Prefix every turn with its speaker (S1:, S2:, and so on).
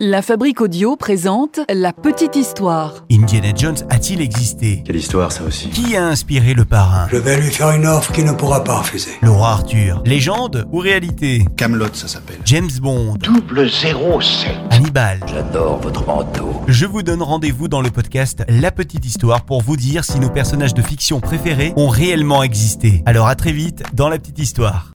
S1: La fabrique audio présente La petite histoire.
S2: Indiana Jones a-t-il existé
S3: Quelle histoire ça aussi
S2: Qui a inspiré le parrain
S4: Je vais lui faire une offre qu'il ne pourra pas refuser.
S2: Le roi Arthur Légende ou réalité
S5: Camelot, ça s'appelle.
S2: James Bond
S6: double 07.
S2: Hannibal
S3: J'adore votre manteau.
S2: Je vous donne rendez-vous dans le podcast La Petite Histoire pour vous dire si nos personnages de fiction préférés ont réellement existé. Alors à très vite dans La Petite Histoire.